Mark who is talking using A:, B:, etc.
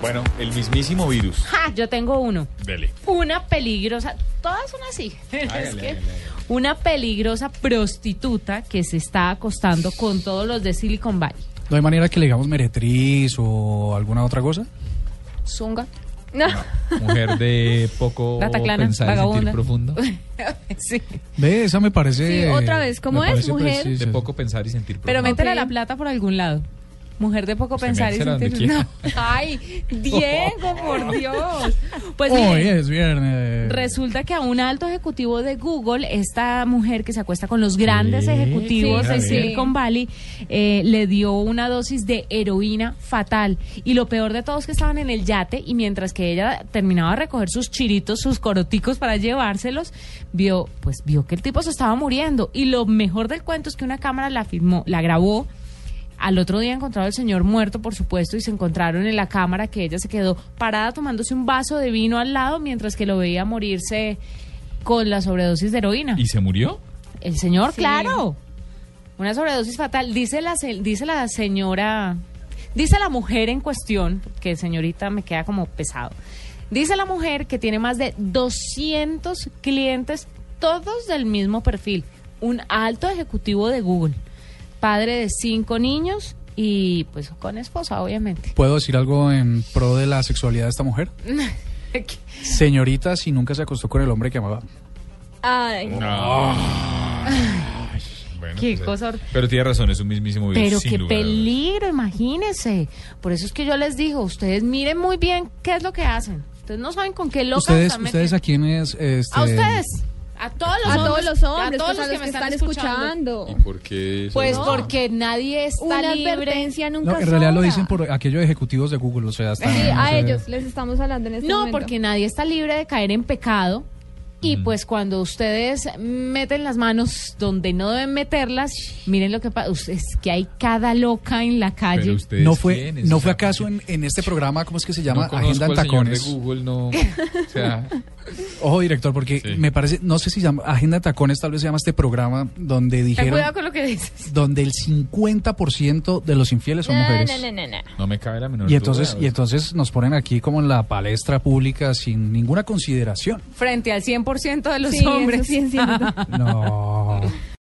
A: Bueno, el mismísimo virus.
B: ¡Ja! Yo tengo uno.
A: Dele.
B: Una peligrosa. Todas son así. pero es
A: Hágale,
B: que
A: hágale, hágale.
B: Una peligrosa prostituta que se está acostando con todos los de Silicon Valley.
C: ¿No hay manera que le digamos meretriz o alguna otra cosa?
B: Zunga. No.
A: Mujer de poco
B: Rata clana,
A: pensar y Oh, sentir
B: vagabunda.
A: profundo.
B: sí.
C: Ve, esa me parece...
B: Sí, otra vez, ¿cómo
C: me
B: es?
C: parece
B: Mujer.
C: precisa.
A: De poco pensar y sentir profundo.
B: Pero métela
D: Ok.
B: la plata por algún lado. Mujer de poco
A: Se
B: pensar y
A: métela donde
B: sentir.
A: quiera.
B: Ay, Diego, por Dios. Pues miren,
C: Hoy es
A: Eh,
C: viernes.
B: Resulta que a un alto ejecutivo de Google, esta mujer que se acuesta con los grandes
A: Sí,
B: ejecutivos
A: sí,
B: de
A: sí.
B: Silicon Valley, eh, le dio una dosis de heroína fatal. Y lo peor de todo es que estaban en el yate y mientras que ella terminaba de recoger sus chiritos, sus coroticos para llevárselos, vio, pues vio que el tipo se estaba muriendo. Y lo mejor del cuento es que una cámara la filmó, la grabó. Al otro día encontraron al señor muerto, por supuesto, y se encontraron en la cámara que ella se quedó parada tomándose un vaso de vino al lado mientras que lo veía morirse con la sobredosis de heroína.
A: ¿Y se murió?
B: El señor,
D: Sí.
B: claro. Una sobredosis fatal. Dice la, se- dice la señora, dice la mujer en cuestión, que señorita me queda como pesado. Dice la mujer que tiene más de 200 clientes, todos del mismo perfil. Un alto ejecutivo de Google, padre de cinco niños y pues con esposa, obviamente.
C: ¿Puedo decir algo en pro de la sexualidad de esta mujer? Señorita, si nunca se acostó con el hombre que amaba.
D: Ay,
A: No. Bueno,
B: Qué
A: pues, eh,
B: cosa hor-
A: Pero tiene razón, es un mismísimo virus.
B: Pero
A: Pues sin
B: qué
A: lugar a dudas.
B: peligro, imagínense. Por eso es que yo les digo, ustedes miren muy bien qué es lo que hacen. Ustedes no saben con qué locas
C: ¿Ustedes,
B: están
C: ustedes
B: metiendo.
C: a quiénes? este,
B: A ustedes, a todos los
D: a
B: hombres,
D: todos los hombres,
B: a todos los que, me
D: están escuchando.
A: ¿Y por qué? eso?
B: Pues
A: No.
B: porque nadie está
D: Una
B: libre.
D: advertencia nunca
C: No, en realidad lo
D: sobra.
C: dicen por aquellos ejecutivos de Google, o sea, están,
D: Sí,
C: no
D: a
C: sé.
D: ellos les estamos hablando en este
B: No,
D: momento.
B: porque nadie está libre de caer en pecado. Y
A: Mm.
B: pues cuando ustedes meten las manos donde no deben meterlas, miren lo que pasa, es que hay cada loca en la calle.
A: Pero ustedes
C: ¿No fue,
A: Pues, quiénes,
C: no
A: o
C: fue
A: sea,
C: acaso
A: porque
C: en, en este programa, cómo es que se
A: no
C: llama?
A: conozco
C: Agenda en
A: al señor de
C: Tacones.
A: Google, no. O sea,
C: Ojo, director, porque
A: Sí.
C: me parece, no sé si llama, Agenda de Tacones tal vez se llama este programa donde
B: Ten
C: dijeron,
B: cuidado con lo que dices.
C: donde el 50% de los infieles son mujeres.
D: No, no, no, no.
A: no me cabe la menor
C: Y entonces,
A: duda,
C: y
A: o sea.
C: entonces nos ponen aquí como en la palestra pública sin ninguna consideración.
B: Frente al 100% de los
D: Sí, eso
B: hombres.
D: sí es cierto.
C: No,